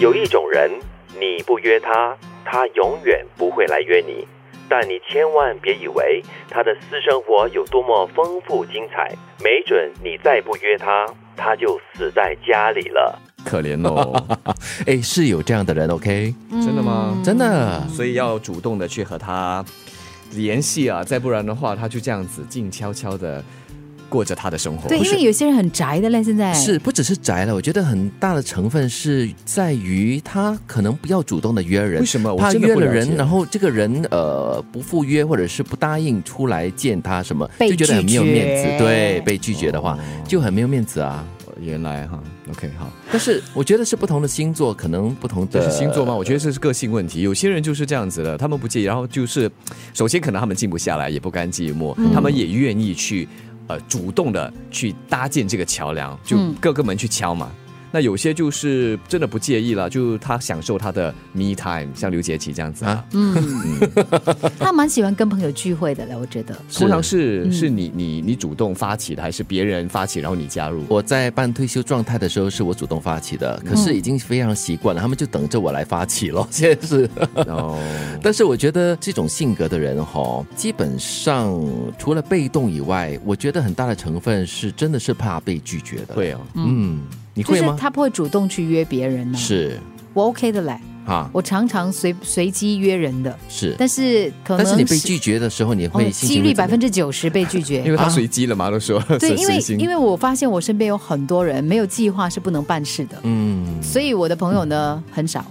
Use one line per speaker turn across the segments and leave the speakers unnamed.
有一种人，你不约他，他永远不会来约你。但你千万别以为他的私生活有多么丰富精彩，没准你再不约他，他就死在家里了。
可怜哦，哎，是有这样的人，OK，
真的吗
嗯
真的，
所以要主动的去和他联系啊，再不然的话，他就这样子静悄悄的过着他的生活。
对，因为有些人很宅的嘞，现在
是不只是宅了，我觉得很大的成分是在于他可能不要主动的约人，
为什么我
怕
真的
约
不
了
了
人，
解
然后这个人呃不赴约或者是不答应出来见他什么，
被
就觉得很没有
拒绝
面子。对，被拒绝的
哦
话、就很没有面子啊。
原来哈，OK 好，呃
但是我觉得是不同的星座，可能不同
这
的
是星座吗？我觉得这是个性问题。有些人就是这样子的，他们不介意，然后就是，首先可能他们静不下来，也不甘寂寞，
嗯
他们也愿意去呃主动的去搭建这个桥梁，就
嗯
各个门去敲嘛。那有些就是真的不介意了，就他享受他的 me time，像刘杰奇这样子啊
啊。
嗯 他蛮喜欢跟朋友聚会的嘞，我觉得。
通常是
嗯
是你你你主动发起的，还是别人发起然后你加入？
我在办退休状态的时候是我主动发起的，可
嗯
是已经非常习惯了，他们就等着我来发起了。现在是，
哦，
但是我觉得这种性格的人哈、基本上除了被动以外，我觉得很大的成分是真的是怕被拒绝的。，
会哦，
嗯，你
就
会
是
吗？
他不会主动去约别人呢、
是
我 OK 的嘞，
啊，
我常常随随机约人的，
是，
但是可能
但是你被拒绝的时候，你
哦
会心
几
情
率
会怎
百
么
分之九十被 拒绝，
因为他随机了嘛，都说
啊对，因
随
为
心
因为我发现我身边有很多人没有计划是不能办事的，
嗯，
所以我的朋友呢 很少。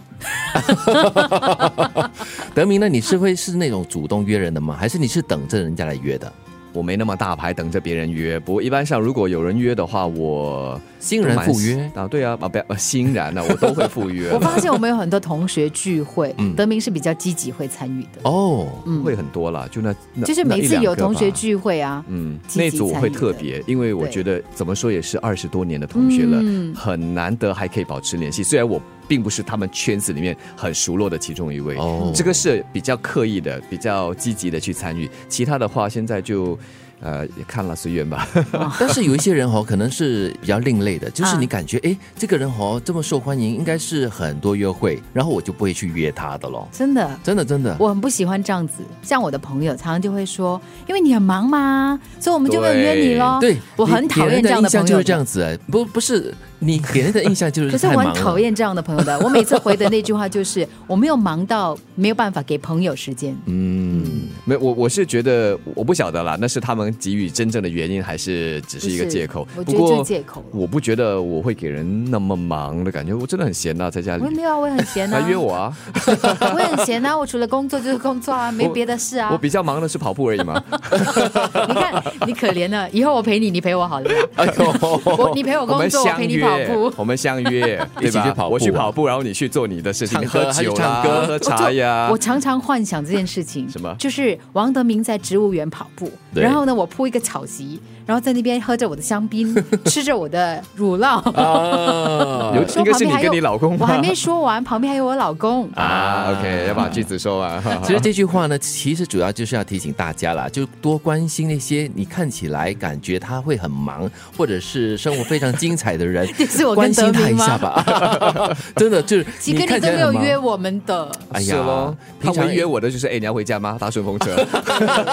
德明呢？你是会是那种主动约人的吗？还是你是等着人家来约的？
我没那么大牌等着别人约，不过一般上如果有人约的话，我
欣然赴约
啊，对啊，啊不要呃欣然的、我都会赴约
我，发现我们有很多同学聚会，
嗯
德明是比较积极会参与的，
哦，
会很多啦，就那那
就是每次有同学。
那一两个吧
聚会啊，
嗯，
积极
那一组我会特别，因为我觉得怎么说也是二十多年的同学了，
嗯
很难得还可以保持联系。虽然我并不是他们圈子里面很熟络的其中一位，
哦
这个是比较刻意的、比较积极的去参与。其他的话，现在就呃也看了随缘吧。
但是有一些人哦，可能是比较另类的，就是
啊
你感觉哎、诶这个人哦这么受欢迎，应该是很多约会，然后我就不会去约他的咯。
真的。
真的真的，
我很不喜欢这样子，像我的朋友常常就会说，因为你很忙嘛，所以我们就没有约你咯。
对
哦我
你
很
给
讨
人
厌这样
印
的
象
朋
就
友
是这。样子哎，不不是你给人的印象就
可
是
是
太
我
忙
很
了。
讨厌这样的朋友的，我每次回的那句话就是我没有忙到没有办法给朋友时间。
嗯，
没有，我我是觉得我不晓得啦，那是他们给予真正的原因，还是只是一个
就是
借口？
我
不
觉得
过
就是借口了
我不觉得我会给人那么忙的感觉，我真的很闲呐、在家里
我也。没有啊，我也很闲啊。
来约我啊！
我也很闲啊，我除了工作就是工作啊，没别的事 啊
我。比较忙的是跑步而已嘛。
你看，你可怜了，以后我陪你，你陪我好了。
哎呦，
我你陪我工
们
作，我
相
陪你
约
跑步。
我们相 约，对
一起
吧？
去跑步
我去
啊
跑步，然后你去做你的事情，
唱
你
歌
喝
他去
酒
唱
啦，
歌
喝
我
茶呀
我。常常幻想这件事情，
啊什么
就是王德明在植物园跑步，
对
然后呢，我铺一个草席，然后在那边喝着我的香槟，吃着我的乳酪。
啊，
有
说
应该
旁
是
边
你
还有
跟你老公
我
吧？
还没说完，旁边还有我老公。
啊，OK，要把句子说 完。
其实这句话呢，其实主要就是要提醒大家啦，就多关心那些你看起来感觉他会很忙，或者是生活非常精彩的 人
这是我，跟
关心
德
他
明
一
吗
下吧。 真的就是，
其实你
看起
都
来
没有
很忙
约我们的，
哎
是咯
呀，
他
平常
唯一约我的就是，哎，你要回家吗？搭顺风车。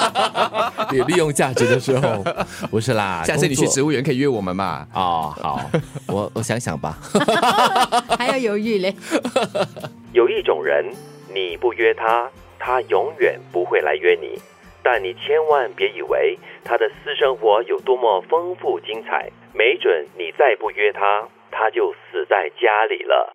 有利用价值的时候， 不是啦。
下次你去
工作
植物园可以约我们嘛？
哦，好，我我想想吧。
还要犹豫嘞。
有一种人，你不约他，他永远不会来约你。但你千万别以为他的私生活有多么丰富精彩，没准你再不约他，他就死在家里了。